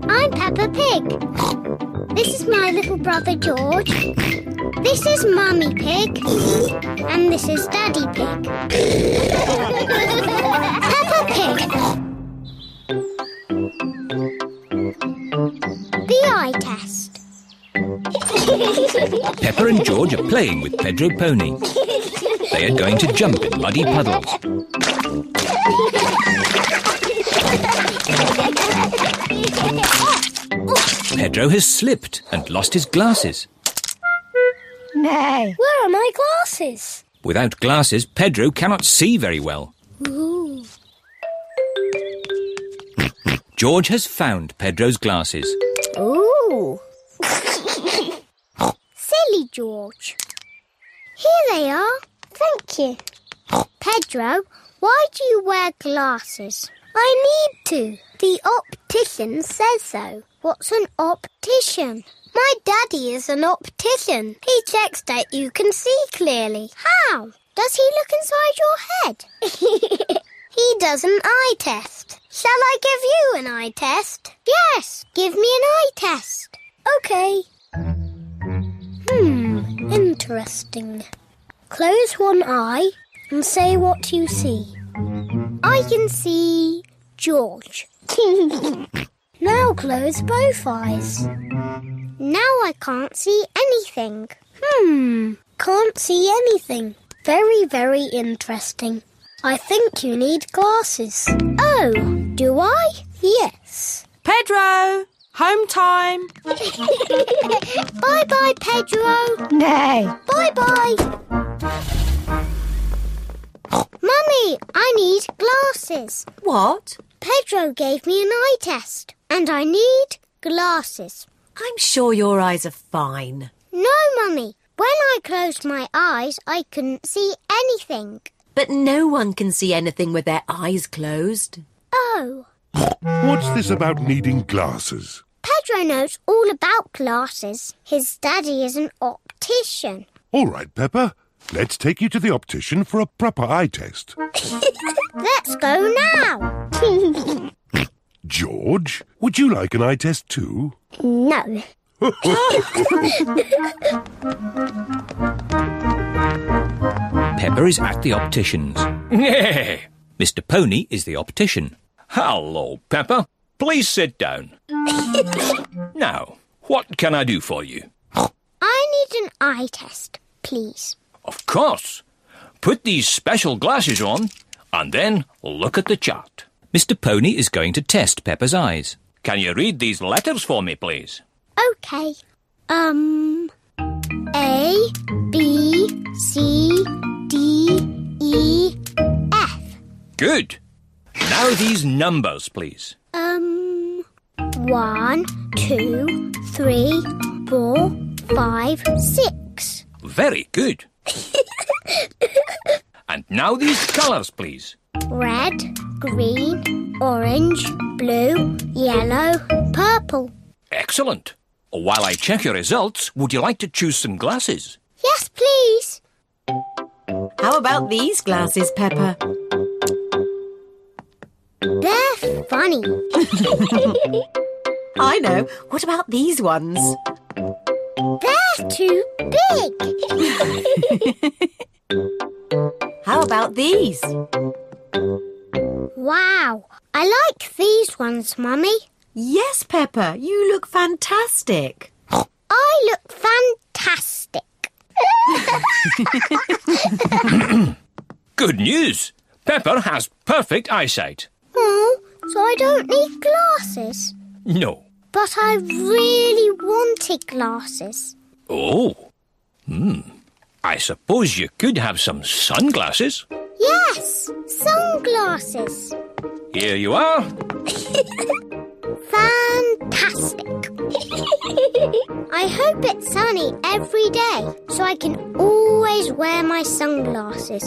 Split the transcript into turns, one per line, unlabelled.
Peppa Pig. This is my little brother George. This is Mummy Pig. And this is Daddy Pig. Peppa Pig. The eye test.
Pepper and George are playing with Pedro Pony. They are going to jump in muddy puddles. Pedro has slipped and lost his glasses.
Nay.
Where are my glasses?
Without glasses, Pedro cannot see very well.
Ooh.
George has found Pedro's glasses.
Ooh.
Silly George. Here they are. Thank you. Pedro, why do you wear glasses? I need to. The optician says so. What's an optician? My daddy is an optician. He checks that you can see clearly. How? Does he look inside your head? he does an eye test. Shall I give you an eye test? Yes, give me an eye test. Okay. Hmm, interesting. Close one eye and say what you see. I can see George. now close both eyes. Now I can't see anything. Hmm, can't see anything. Very, very interesting. I think you need glasses. Oh, do I? Yes.
Pedro, home time.
bye bye, Pedro.
Nay.
Bye bye. Mummy, I need glasses.
What?
Pedro gave me an eye test, and I need glasses.
I'm sure your eyes are fine.
No, Mummy. When I closed my eyes, I couldn't see anything.
But no one can see anything with their eyes closed.
Oh,
What's this about needing glasses?
Pedro knows all about glasses. His daddy is an optician.
All right, Pepper. Let's take you to the optician for a proper eye test.
Let's go now.
George, would you like an eye test too?
No.
Pepper is at the optician's. Mr. Pony is the optician. Hello, Pepper. Please sit down. now, what can I do for you?
I need an eye test, please.
Of course. Put these special glasses on and then look at the chart. Mr. Pony is going to test Pepper's eyes. Can you read these letters for me, please?
Okay. Um. A, B, C, D, E, F.
Good. Now these numbers, please.
Um. One, two, three, four, five, six.
Very good. and now these colours, please.
Red, green, orange, blue, yellow, purple.
Excellent. While I check your results, would you like to choose some glasses?
Yes, please.
How about these glasses, Pepper?
They're funny.
I know. What about these ones?
They're too big.
How about these?
Wow, I like these ones, Mummy.
Yes, Pepper, you look fantastic.
I look fantastic.
Good news! Pepper has perfect eyesight.
Oh, so I don't need glasses.
No.
But I really wanted glasses.
Oh. Hmm. I suppose you could have some sunglasses.
Yes, sunglasses.
Here you are.
Fantastic. I hope it's sunny every day so I can always wear my sunglasses.